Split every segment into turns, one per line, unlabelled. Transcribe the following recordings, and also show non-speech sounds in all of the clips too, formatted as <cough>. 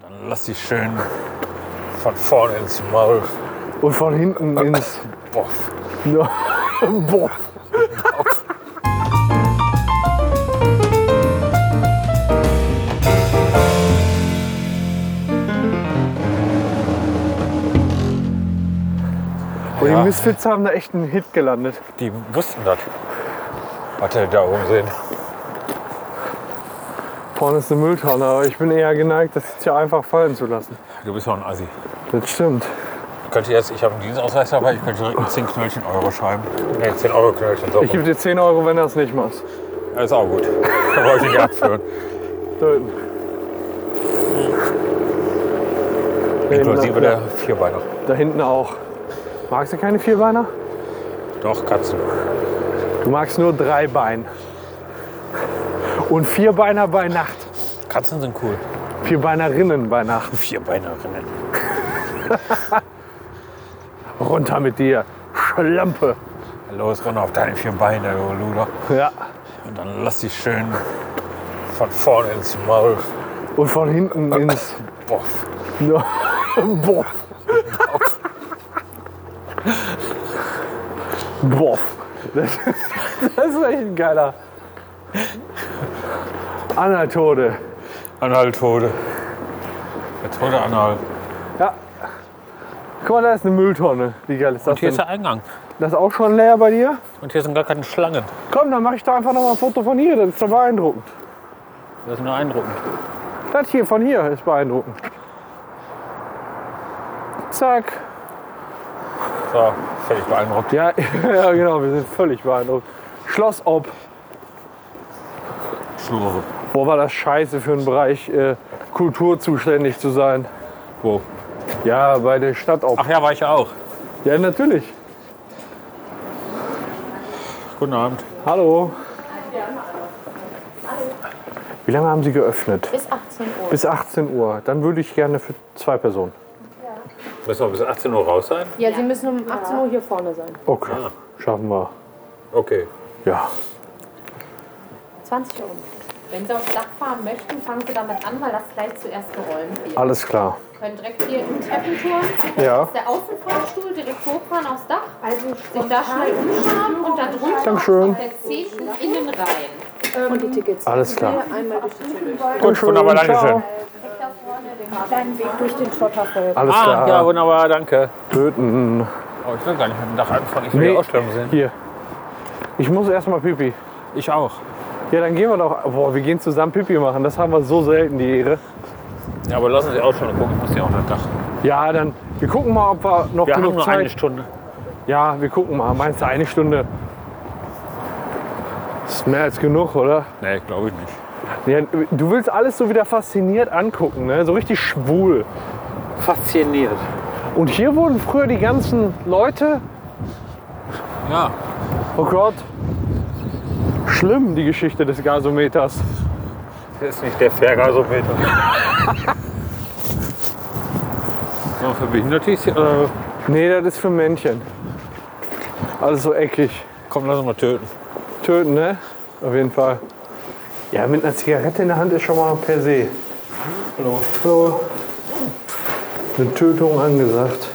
Dann lass sie schön von vorne ins Maul.
Und von hinten
<laughs>
ins.
Boah.
Boah. Und die
Ja.
Misfits haben da echt einen Hit gelandet.
Die wussten das. Was die da oben sehen.
Vorne ist eine Mülltonne, aber ich bin eher geneigt, das jetzt hier einfach fallen zu lassen.
Du bist doch ein Assi.
Das stimmt.
Ich könnte jetzt, ich habe einen Dienstausweis dabei, ich könnte direkt ein 10 Knöllchen Euro schreiben. Ne, 10 Euro Knöllchen. So.
Ich gebe dir 10 Euro, wenn du das nicht machst.
Das ist auch gut. <laughs> Da wollte ich nicht abführen.
Töten. Da
Inklusive
hinten,
der
da,
Vierbeiner.
da hinten auch. Magst du keine Vierbeiner?
Doch, Katzen.
Du magst nur Dreibein. Und Vierbeiner bei Nacht.
Katzen sind cool.
Vierbeinerinnen bei Nacht.
Vierbeinerinnen.
Runter mit dir. Schlampe.
Los, renn auf deine vier Beine, du Luder.
Ja.
Und dann lass sie schön von vorne ins Maul.
Und von
<laughs>
hinten ins.
Boah.
Boah. Boah. Das, das ist echt ein geiler. Anatode.
Anhalt Tode. Der Tode Anhalt.
Ja. Guck mal, da ist eine Mülltonne. Wie geil ist das
Und hier
denn?
ist der Eingang.
Das ist auch schon leer bei dir?
Und hier sind gar keine Schlangen.
Komm, dann mache ich da einfach noch mal ein Foto von hier. Das ist doch beeindruckend.
Das ist nur eindruckend.
Das hier von hier ist beeindruckend. Zack.
So, völlig beeindruckt.
Ja, <laughs> ja genau, wir sind völlig beeindruckt. Schloss Ob.
Schlure.
Boah, war das scheiße für einen Bereich äh, Kultur zuständig zu sein.
Wo?
Ja, bei der Stadt Ob.
Ach ja, war ich ja auch.
Ja, natürlich.
Guten Abend.
Hallo. Wie lange haben Sie geöffnet?
Bis 18 Uhr.
Bis 18 Uhr. Dann würde ich gerne für zwei Personen.
Müssen wir bis 18 Uhr raus sein?
ja, Sie müssen um 18 Uhr hier vorne sein.
Okay,
Ah.
schaffen wir.
Okay.
Ja.
20 Uhr.
Wenn Sie aufs Dach fahren möchten, fangen Sie damit an, weil das gleich zuerst geräumt wird.
Alles klar.
Sie können direkt hier im Treppenturm,
Ja.
der Außenfahrstuhl, direkt hochfahren aufs Dach,
Also
sich da schnell umschauen und da drunter
Dankeschön.
auf der 10. innen rein.
Und die Tickets.
Alles klar.
Einmal durch die Tür.
Gut, wunderbar, danke schön.
Kleinen Weg durch den Schotterfeld.
Alles
Ah,
klar.
ja, wunderbar, danke.
Töten.
Oh, ich will gar nicht mit dem Dach anfangen, ich will
Nee.
die Ausstellung sehen.
Hier. Ich muss erstmal Pipi.
Ich auch.
Ja, dann gehen wir doch. Boah, wir gehen zusammen Pipi machen. Das haben wir so selten, die Ehre.
Ja, aber lassen Sie die Ausstellung gucken, ich muss ja auch nach Dach.
Ja, dann. Wir gucken mal, ob wir noch
Wir
genug
haben nur
Zeit.
eine Stunde.
ja, wir gucken mal. Meinst du eine Stunde? Ist mehr als genug, oder?
Nee, glaube ich nicht.
Ja, du willst alles so wieder fasziniert angucken, ne? So richtig schwul. Fasziniert. Und hier wurden früher die ganzen Leute.
Ja,
Oh Gott. Schlimm, die Geschichte des Gasometers.
Das ist nicht der <laughs> Vergasometer. so, für Behinderte ist hier. Äh,
Nee, das ist für Männchen. Alles so eckig.
komm, lass uns mal töten.
Töten, ne? Auf jeden Fall. Ja, mit einer Zigarette in der Hand ist schon mal per se. Hallo. Hallo. Eine Tötung angesagt.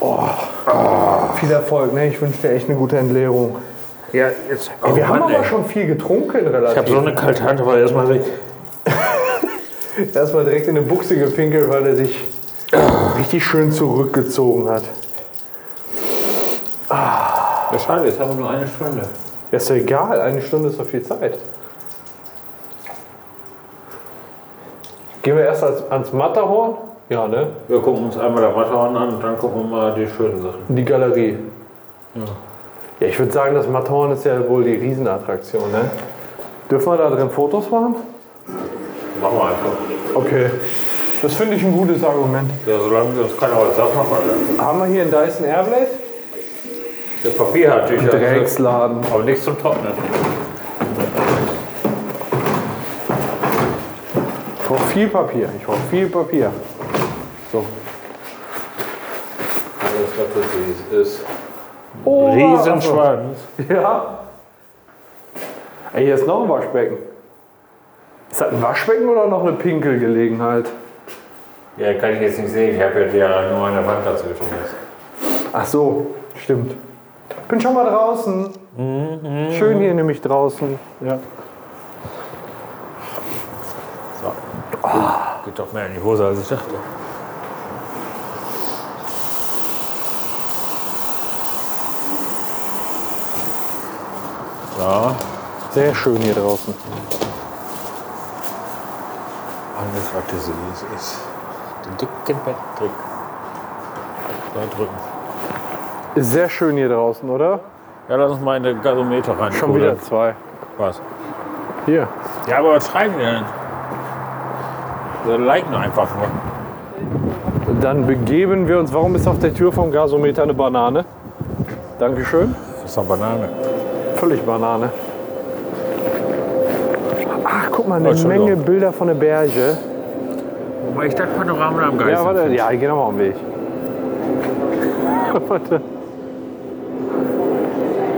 Oh. Viel Erfolg, ne? Ich wünsche dir echt eine gute Entleerung.
Ja, jetzt.
Ey, wir haben aber schon viel getrunken relativ.
Ich habe so eine kalte Hand, aber erstmal weg.
<laughs> Erstmal direkt in eine Buchse gepinkelt, weil er sich richtig schön zurückgezogen hat.
Ja, schade, jetzt haben wir nur eine Stunde.
Ja, Ist ja egal, eine Stunde ist doch viel Zeit. Gehen wir erst als, ans Matterhorn? Ja, ne?
Wir gucken uns einmal der Matterhorn an und dann gucken wir mal die schönen Sachen.
In die Galerie. Ja, ich würde sagen, das Matterhorn ist ja wohl die Riesenattraktion, ne? Dürfen wir da drin Fotos machen?
Machen wir einfach.
Okay. Das finde ich ein gutes Argument.
Ja, solange wir uns keiner was sagt, machen wir
Haben wir hier einen Dyson Airblade?
das. Der Papier hat natürlich.
Drecksladen.
Aber nichts zum Trocknen.
Ich brauche viel Papier. Ich brauche viel Papier. So.
Alles, was das ist.
Oh,
Riesenschwanz.
Ja. Ey, hier ist noch ein Waschbecken. Ist das ein Waschbecken oder noch eine Pinkelgelegenheit?
Ja, kann ich jetzt nicht sehen. Ich habe ja nur eine Wand dazwischen.
Ach so, stimmt. Bin schon mal draußen. Schön hier nämlich draußen. Mhm. Ja.
So. Geht doch mehr in die Hose, als ich dachte. So.
Sehr schön hier draußen.
Angefragte See es ist. Den dicken Bettdruck. Da drücken.
Ist sehr schön hier draußen, oder?
Ja, lass uns mal in den Gasometer rein.
Schon
Kohle.
wieder zwei.
Was?
Hier.
Ja, aber was schreiben wir denn? Wir liken einfach nur.
Dann begeben wir uns. Warum ist auf der Tür vom Gasometer eine Banane? Dankeschön.
Das ist eine Banane.
Völlig Banane. Ach, guck mal, eine
Oh, schon
Menge
so.
Bilder von der Berge.
Wobei ich das Panorama am Geist
Ja, warte, ja, geh nochmal am Weg. <laughs> warte.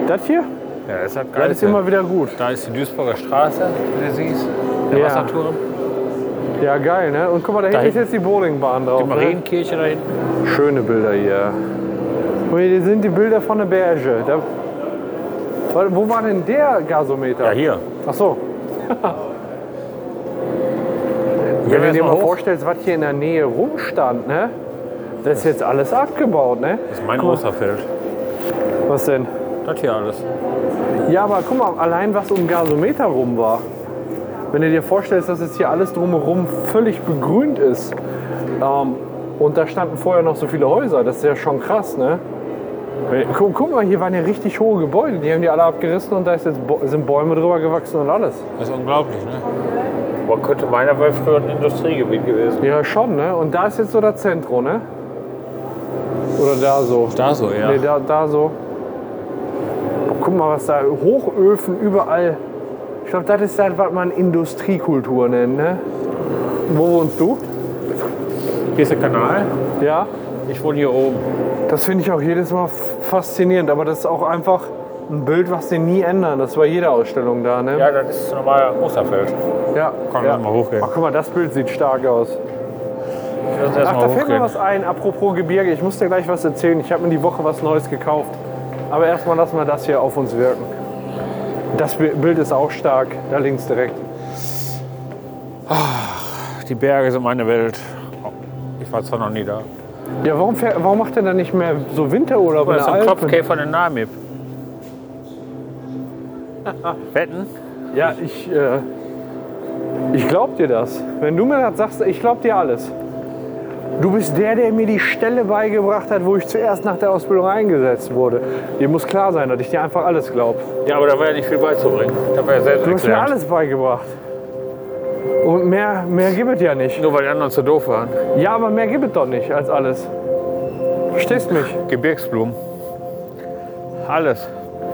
Das hier?
Ja, das hat
Das
geil.
ist immer wieder gut.
da ist die Duisburger Straße, wie du siehst. Der
Ja.
Wasserturm.
Ja, geil, ne? Und guck mal, da hinten ist
hinten.
jetzt die Bowlingbahn
Die
drauf. Ne?
Marienkirche da hinten.
Schöne Bilder hier. Und hier sind die Bilder von der Berge. Da, Warte, wo war denn der Gasometer?
Ja, hier.
Ach so.
wir
Wenn du dir
erst mal
mal
hoch?
vorstellst, was hier in der Nähe rumstand, ne? Das ist jetzt alles abgebaut, ne?
Das ist mein Osterfeld.
Was denn?
Das hier alles.
Ja, aber guck mal, allein was um Gasometer rum war. Wenn du dir vorstellst, dass es hier alles drumherum völlig begrünt ist. Ähm, und da standen vorher noch so viele Häuser, das ist ja schon krass, ne? Wenn- Guck, guck mal, hier waren ja richtig hohe Gebäude, die haben die alle abgerissen und da ist jetzt, Bo- sind Bäume drüber gewachsen und alles.
Das ist unglaublich, ne?
Man könnte meiner Meinung nach früher ein Industriegebiet gewesen.
Ja, schon, ne? Und da ist jetzt so das Zentrum, ne? Oder da so.
Da so, ja.
Ne, da, da so. Boah, guck mal, was da. Hochöfen überall. Ich glaube, das ist das, was man Industriekultur nennt, ne? Wo wohnst du?
Hier ist der Kanal.
Ja.
Ich wohne hier oben.
Das finde ich auch jedes Mal f- faszinierend, aber das ist auch einfach ein Bild, was sie nie ändern. Das war jede Ausstellung da, ne?
Ja, das ist normal Osterfeld.
ja.
Komm,
ja.
lass mal hochgehen.
Ach, guck mal, das Bild sieht stark aus.
Lass uns
Ach,
erstmal
da fällt mir
hochgehen.
was ein, apropos Gebirge. Ich muss dir gleich was erzählen. Ich habe mir die Woche was Neues gekauft. Aber erstmal lassen wir das hier auf uns wirken. Das Bi- Bild ist auch stark, da links direkt.
Die Berge sind meine Welt. Oh, Ich war zwar noch nie da.
Ja, warum, fähr- warum macht er da nicht mehr so Winterurlaub in
Das ist
der
ein
Alpen?
Kopfkäfer der <laughs> Namib. Wetten?
Ja, ich, äh, ich glaub dir das. Wenn du mir das sagst, ich glaub dir alles. Du bist der, der mir die Stelle beigebracht hat, wo ich zuerst nach der Ausbildung eingesetzt wurde. Dir muss klar sein, dass ich dir einfach alles glaube.
Ja, aber da war ja nicht viel beizubringen. Da war ja selbst
Du hast mir alles beigebracht. Und mehr, mehr gibt es ja nicht.
Nur weil die anderen zu doof waren.
Ja, aber mehr gibt es doch nicht als alles. Verstehst mich?
Gebirgsblumen. Alles.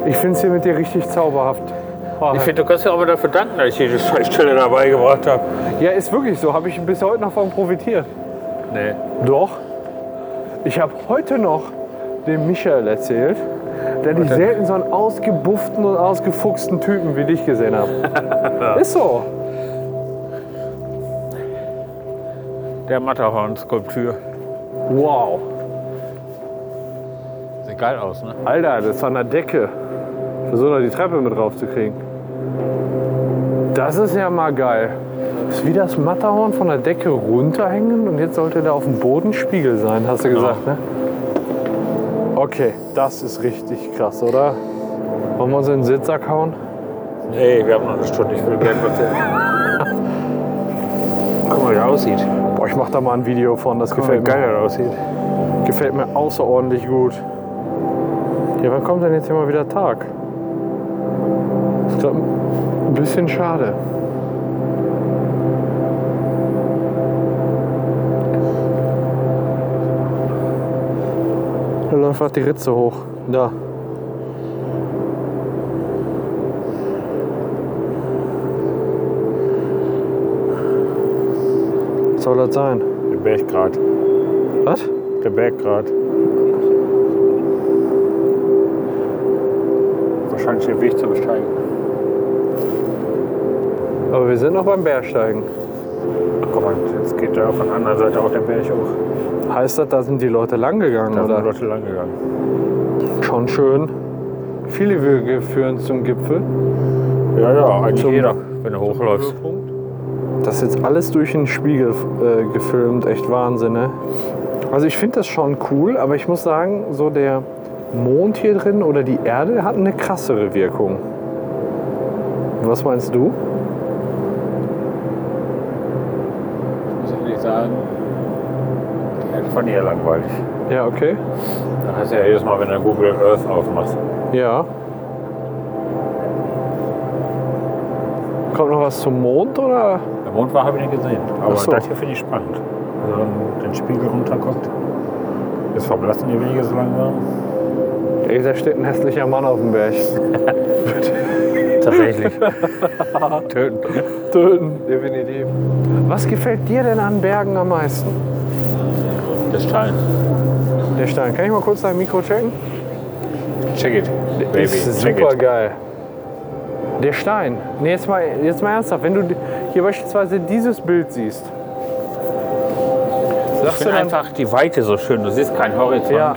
Ich finde es hier mit dir richtig zauberhaft. Oh,
Ich finde, du kannst ja aber dafür danken, dass ich dir die Scheißstelle dabei gebracht habe.
ja, ist wirklich so. Habe ich bis heute noch von profitiert.
Nee.
Doch. Ich habe heute noch dem Michael erzählt, dass ich selten so einen ausgebufften und ausgefuchsten Typen wie dich gesehen habe. <laughs> Ist so.
Der Matterhorn-Skulptur.
Wow.
Sieht geil aus, ne?
Alter, das ist an der Decke. Versuch noch die Treppe mit raufzukriegen. Das ist ja mal geil. Ist wie das Matterhorn von der Decke runterhängen und jetzt sollte da auf dem Boden Spiegel sein, hast du gesagt, ne? Okay, das ist richtig krass, oder? Wollen wir uns in den Sitzsack hauen?
Nee, wir haben noch eine Stunde. Ich will gerne was sehen. Guck mal, wie er aussieht.
Boah, ich mach da mal ein Video von, das
Wie
gefällt
geil
mir,
er aussieht.
gefällt mir außerordentlich gut. Ja, wann kommt denn jetzt hier mal wieder Tag? Ist grad ein bisschen schade. Da läuft grad die Ritze hoch. Da. Was soll das sein?
Der Berggrad.
Was?
Der Berggrad. Wahrscheinlich den Weg zu besteigen.
Aber wir sind noch beim Bergsteigen.
Guck mal, jetzt geht da von der anderen Seite auch der Berg hoch.
Heißt das, da sind die Leute lang gegangen,
Da sind
oder?
Leute lang gegangen.
Schon schön. Viele Wege führen zum Gipfel.
Ja, ja, eigentlich
Zum-
jeder, wenn du hochläufst.
Das ist jetzt alles durch den Spiegel äh, gefilmt, echt Wahnsinn. Ne? Also ich finde das schon cool, aber ich muss sagen, so der Mond hier drin oder die Erde hat eine krassere Wirkung. Was meinst du?
Muss ich nicht sagen. Ich fand eher langweilig.
Ja, okay.
Da hast du ja jedes Mal, wenn du Google Earth aufmachst.
Ja. Kommt noch was zum Mond oder?
Der Mond war, habe ich nicht gesehen. Aber
Ach so.
das hier finde ich spannend. Also, Wenn man den Spiegel runterguckt. Ist verblassen die Wege so langsam.
Ey, da steht ein hässlicher Mann auf dem Berg.
<laughs> Tatsächlich. Töten.
Töten, definitiv. Was gefällt dir denn an Bergen am meisten?
Das Stein.
Der Stein. Kann ich mal kurz dein Mikro checken?
Check it. Baby,
Das ist
check
super
it.
geil. Der Stein. Nee, jetzt mal, jetzt mal ernsthaft. Wenn du di- hier beispielsweise dieses Bild siehst,
Ich
sagst du
finde
dann,
einfach die Weite so schön. Du siehst keinen Horizont.
ja,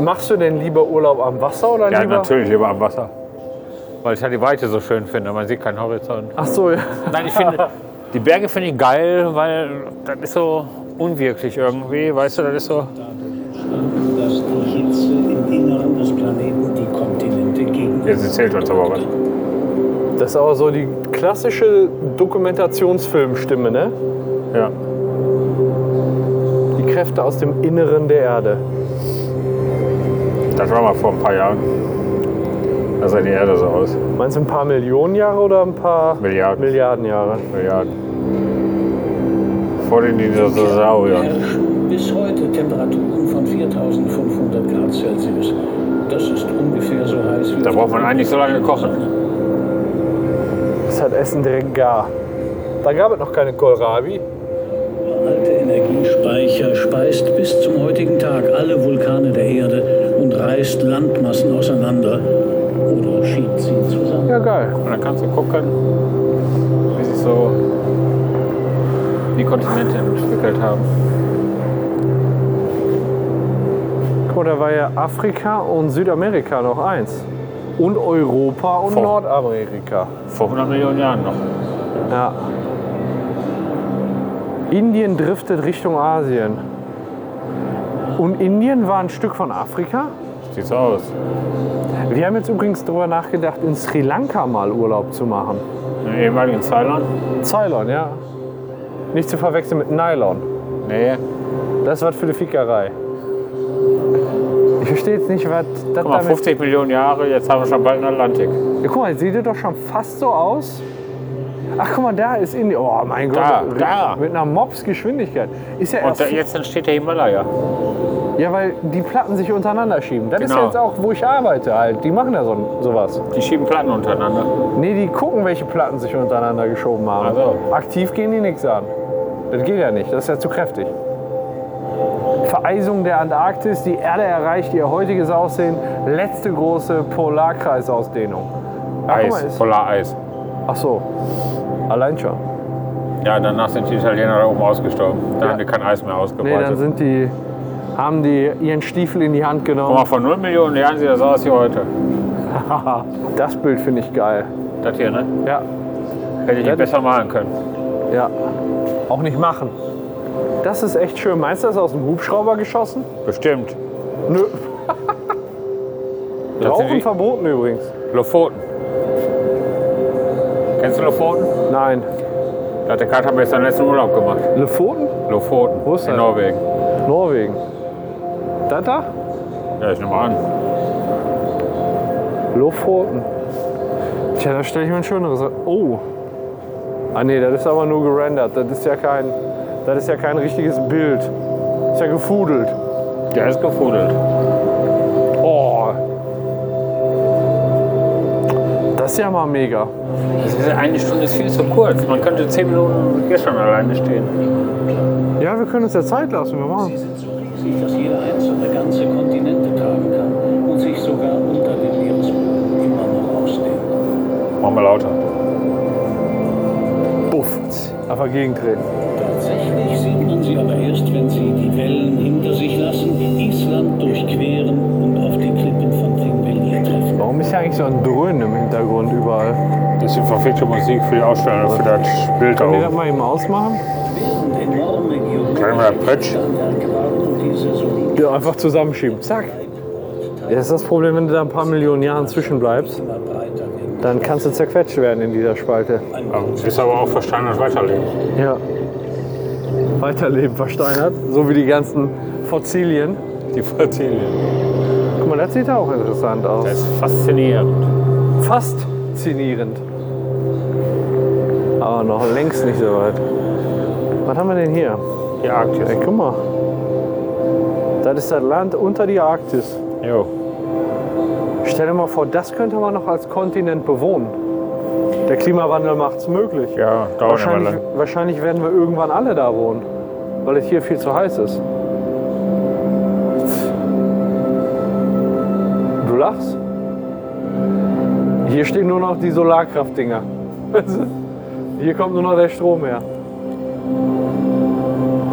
machst du denn lieber Urlaub am Wasser oder
Ja,
lieber?
natürlich, lieber am Wasser. Weil ich ja die Weite so schön finde. Man sieht keinen Horizont.
Ach so, ja.
Nein, ich <laughs> finde, die Berge finde ich geil, weil das ist so unwirklich irgendwie. Weißt du, das ist so.
dass die Hitze im Inneren des Planeten die Kontinente gegen
Jetzt erzählt uns halt aber was.
Das ist aber so die klassische Dokumentationsfilmstimme, ne?
Ja.
Die Kräfte aus dem Inneren der Erde.
Das war mal vor ein paar Jahren. Da sah die Erde so aus.
Meinst du ein paar Millionen Jahre oder ein paar
Milliarden.
Milliarden Jahre?
Milliarden. Vor den Dinosauriern.
herrschen bis heute Temperaturen von 4500 Grad Celsius. Das ist ungefähr so heiß wie
Da
auf
braucht man
der
eigentlich so lange kochen.
Das hat Essen direkt gar. Da gab es noch keine Kohlrabi.
Alte Energiespeicher speist bis zum heutigen Tag alle Vulkane der Erde und reißt Landmassen auseinander oder schiebt sie zusammen.
Ja, geil.
Und dann kannst du gucken, wie sich so die Kontinente entwickelt haben.
Guck mal, da war ja Afrika und Südamerika noch eins. Und Europa und
Voll.
Nordamerika.
Vor 100 Millionen Jahren noch.
Ja. Indien driftet Richtung Asien. Und Indien war ein Stück von Afrika?
Sieht so aus.
Wir haben jetzt übrigens darüber nachgedacht, in Sri Lanka mal Urlaub zu machen.
Im ehemaligen Thailand?
Ceylon, ja. Nicht zu verwechseln mit Nylon.
Nee.
Das ist was für die Fickerei. Ich verstehe jetzt nicht, was das
Guck mal,
damit...
50 Millionen Jahre, jetzt haben wir schon bald einen Atlantik.
Ja, guck mal, sieht er doch schon fast so aus. Ach, guck mal, da ist Indien. Oh mein Gott.
Da, da.
Mit einer Mops-Geschwindigkeit. Ist ja
Und
erst.
da, äh, jetzt entsteht der Himalaya.
ja, weil die Platten sich untereinander schieben. Das ist
Genau.
jetzt auch, wo ich arbeite halt. Die machen ja so, sowas.
Die schieben Platten untereinander.
Nee, die gucken, welche Platten sich untereinander geschoben haben.
Ach so.
Aktiv gehen die nichts an. Das geht ja nicht. Das ist ja zu kräftig. Vereisung der Antarktis. Die Erde erreicht ihr heutiges Aussehen. Letzte große Polarkreisausdehnung. Ach, guck mal,
Eis,
ist-
Polareis.
Ach so. Allein schon.
Ja, danach sind die Italiener da oben ausgestorben. Da haben die kein Eis mehr
Nee, dann
ausgebreitet.
sind die, haben die ihren Stiefel in die Hand
Guck
genommen.
mal, vor 0 Millionen Jahren sieht das aus wie heute. Oh.
Das Bild finde ich geil.
Das hier, ne?
Ja,
Hätte ich
Ja,
nicht besser malen können.
ja. Auch nicht machen. Das ist echt schön. Meinst du, das ist aus dem Hubschrauber geschossen?
Bestimmt.
Nö.
Das sind
Rauchen
die
verboten übrigens.
Lofoten. Kennst du Lofoten?
Nein.
Da hat der Kater mir jetzt seinen letzten Urlaub gemacht.
Lofoten?
Lofoten.
Wo ist
In
das?
Norwegen.
Norwegen. Das da?
Ja, ich nehme an.
Lofoten. Tja, da stelle ich mir ein schöneres. Oh. Ah nee, das ist aber nur gerendert. Das ist ja kein, das ist ja kein richtiges Bild. Ist ja gefudelt.
Der ist gefudelt.
Oh. Das ist ja mal mega.
Diese eine Stunde ist viel zu kurz. Man könnte zehn Minuten hier schon alleine stehen.
Ja, wir können uns ja Zeit lassen, wir
Sie
machen.
sind so riesig, dass jeder einzelne ganze Kontinente tragen kann und sich sogar unter den Meeresboden immer noch ausdehnt.
Machen wir lauter.
Buff. Einfach gegentreten.
Tatsächlich sieht man sie aber erst, wenn sie die Wellen hinter sich lassen, Island durchqueren und auf die Klippen von Thingvellir treffen.
Warum ist ja eigentlich so ein Dröhnen im Hintergrund überall?
Das ist die verfickte Musik für die Ausstellung, für das Bild da
Können wir das
oben.
mal eben ausmachen?
Während enorme
Kleiner Pötsch.
geologische Standwerke waren und diese soliden
Ja, einfach zusammenschieben. Zack. Ja, das ist das Problem, wenn du da ein paar Millionen Jahren zwischenbleibst,
immer breiter werden.
dann kannst du zerquetscht werden in dieser Spalte.
Ist aber auch verstanden und weiterleben.
Ja. Weiterleben versteinert, so wie die ganzen Fossilien.
Die Fossilien.
Guck mal, das sieht auch interessant aus.
Das ist faszinierend.
Faszinierend. Aber noch längst nicht so weit. Was haben wir denn hier?
Die Arktis.
Ey, guck mal. Das ist das Land unter die Arktis.
Jo.
Stell dir mal vor, das könnte man noch als Kontinent bewohnen. Der Klimawandel macht es möglich.
Ja, dauert immer
wahrscheinlich,
lang.
wahrscheinlich werden wir irgendwann alle da wohnen, weil es hier viel zu heiß ist. Du lachst? Hier stehen nur noch die Solarkraftdinger. <laughs> Weißt du? Hier kommt nur noch der Strom her.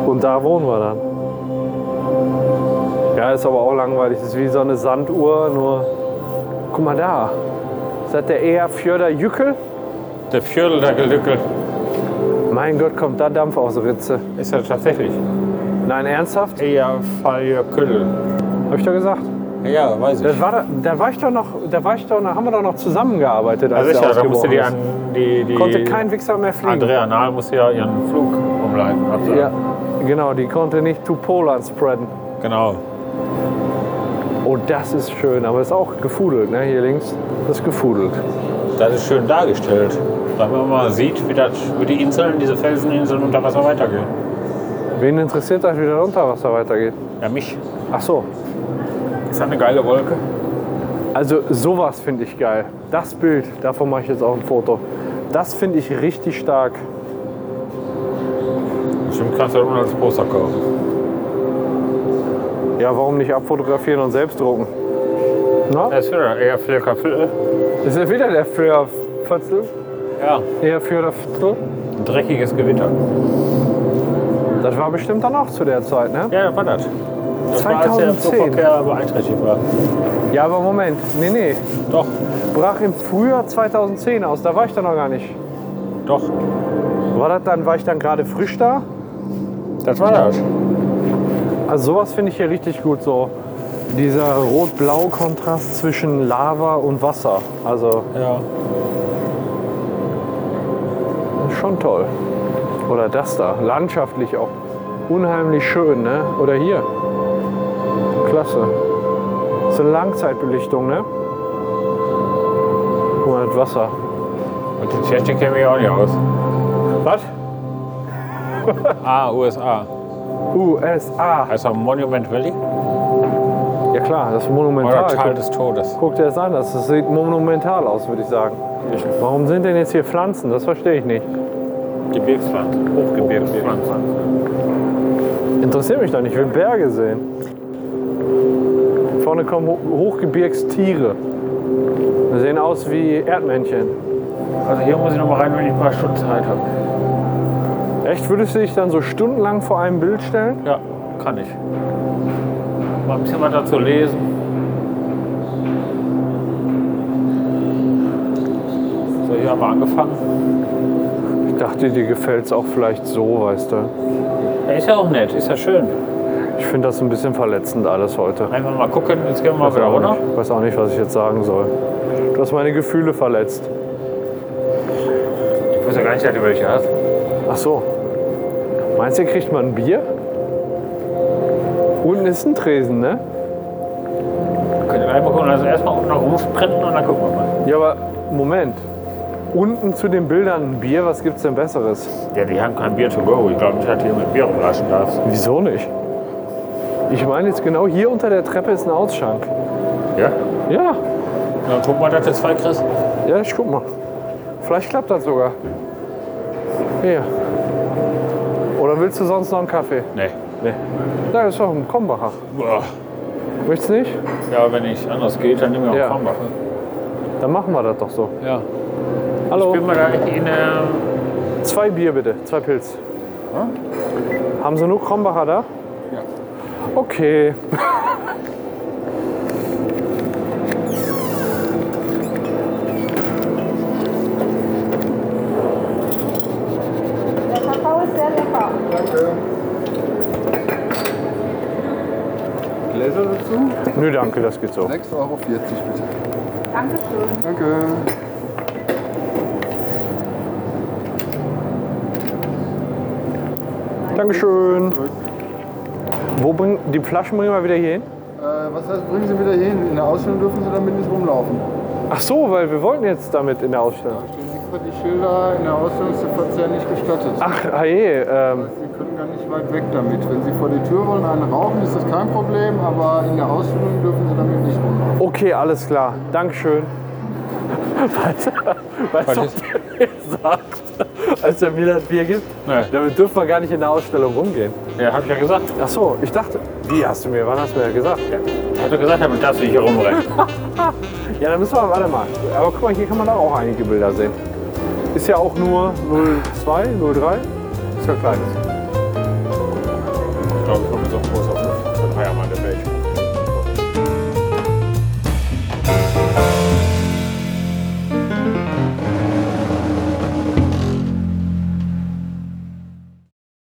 Und da wohnen wir dann. Ja, ist aber auch langweilig. Ist wie so eine Sanduhr, nur. Guck mal da. Ist das der eher Fjörder Jückel?
Der Fjördel, der Gelückel.
Mein Gott, kommt da Dampf aus der Ritze.
Ist er tatsächlich?
Nein, ernsthaft?
Eher Falljöködel.
Hab ich doch gesagt.
Ja, weiß ich.
Das war, da- da war ich doch noch, da war ich doch noch, haben wir doch noch zusammengearbeitet,
Ja,
als der
sicher, da musste
ausgebrochen
die
ist.
an die. die
Konnte kein Wichser mehr fliegen.
Andrea Nahl musste ja ihren Flug umleiten. absagen.
Ja, genau, die konnte nicht to Poland spreaden.
Genau.
Oh, das ist schön, aber ist auch gefudelt, ne, hier links. Das ist gefudelt.
Das ist schön dargestellt. Damit man mal sieht, wie, das, wie die Inseln, diese Felseninseln unter Wasser weitergehen.
Wen interessiert das, wie das Unterwasser weitergeht?
Ja, mich.
Ach so,
Ist das eine geile Wolke?
also sowas finde ich geil. Das Bild, davon mache ich jetzt auch ein Foto. Das finde ich richtig stark.
Bestimmt kannst du das nur als Poster kaufen.
Ja, warum nicht abfotografieren und selbst drucken? Na?
Das ist wieder eher viel Kaffee.
Ist ja wieder der für Viertel?
Ja.
Der für der Viertel?
Ein dreckiges Gewitter.
Das war bestimmt dann auch zu der Zeit, ne?
Ja, das war das. Das war, als der
2010.
Flugverkehr beeinträchtigt war.
Ja, aber Moment. Nee, nee.
Doch,
Brach im Frühjahr 2010 aus. Da war ich dann noch gar nicht.
doch.
War das dann, war ich dann gerade frisch da?
Das war das.
Also sowas finde ich hier richtig gut so. Dieser Rot-Blau-Kontrast zwischen Lava und Wasser. Also
Ja.
schon toll. Oder das da. Landschaftlich auch. Unheimlich schön, ne? Oder hier. Klasse. So eine Langzeitbelichtung, ne? Guck mal, das Wasser.
Und die Technik kenne ich auch nicht aus.
Was?
<laughs> Ah, USA.
USA.
Also Monument Valley?
Ja klar, das ist
Oder
monumental.
Tal
Guck,
des Todes.
guck dir das an, das das sieht monumental aus, würde ich sagen. Warum sind denn jetzt hier Pflanzen? Das verstehe ich nicht.
Gebirgspflanzen. Hochgebirgspflanzen.
Interessiert mich doch nicht, ich will Berge sehen. Vorne kommen Ho- Hochgebirgstiere. Die sehen aus wie Erdmännchen.
Also hier muss ich noch mal rein, wenn ich ein paar Stunden Zeit habe.
Echt, würdest du dich dann so stundenlang vor einem Bild stellen?
Ja, kann ich. Mal ein bisschen was dazu lesen. So, hier haben wir angefangen.
Ich dachte, dir gefällt es auch vielleicht so, weißt du.
Ja, ist ja auch nett, ist ja schön.
Ich finde das ein bisschen verletzend alles heute.
Einfach mal gucken, jetzt gehen wir mal
Ich
wieder
auch
runter.
nicht- weiß auch nicht, was ich jetzt sagen soll. Du hast meine Gefühle verletzt.
Ich weiß ja gar nicht, dass du welche hast.
Ach so. Meinst du, hier kriegt man ein Bier? Unten ist ein Tresen, ne?
Wir können gleich mal gucken, also erstmal unten noch rumsprinten und dann gucken wir mal.
Ja, aber Moment. Unten zu den Bildern ein Bier, was gibt's denn Besseres?
Ja, die haben kein Bier to go. Ich glaube nicht, dass hier mit Bier rumlaschen darfst.
Wieso nicht? Ich meine jetzt genau hier unter der Treppe ist ein Ausschank.
Ja?
Ja,
Dann guck mal, dass du zwei kriegst.
ja, ich guck mal. Vielleicht klappt das sogar. Hier. Oder willst du sonst noch einen Kaffee?
Nee.
Ja, ist doch ein Kombacher.
Boah.
Möchtest du nicht?
Ja, wenn nicht anders geht, dann nehmen wir auch
Ja.
ja. Kornbacher.
Dann machen wir das doch so.
Ja. Oh.
Hallo.
Ich bin mal da in, ähm,
Zwei Bier bitte, zwei Pilz. Haben Sie nur Krombacher da? Ja. Okay.
Der Kakao ist sehr lecker.
Gläser dazu.
Nö, danke, das geht so.
6,40 Euro bitte.
Dankeschön.
Danke.
Dankeschön. Wo bringen die Flaschen bringen wir wieder hier hin?
Äh, was heißt, bringen Sie wieder hier hin? In der Ausstellung dürfen Sie damit nicht rumlaufen.
Ach so, weil wir wollten jetzt damit in der Ausstellung.
Da stehen extra die Schilder, in der Ausstellung ist der Verzehr nicht gestattet.
Ach, hey, ähm,
Sie können gar nicht weit weg damit. Wenn Sie vor die Tür wollen, einen rauchen, ist das kein Problem, aber in der Ausstellung dürfen Sie damit nicht rumlaufen.
okay, alles klar. Dankeschön. <laughs> Weißt du, weißt du, was er mir sagt, als er mir das Bier gibt?
Nee.
Damit dürfen wir gar nicht in der Ausstellung rumgehen.
Ja, hab ich ja gesagt.
Ach so, ich dachte, wie hast du mir, wann hast du mir das gesagt?
Hast du gesagt, damit darfst du nicht hier rumrennen.
Ja, dann müssen wir, warte mal. Aber guck mal, hier kann man da auch einige Bilder sehen. Ist ja auch nur 02, 03. Ist ja kleines.
Ich glaube, ich komme so groß auf den Eiermann der Welt.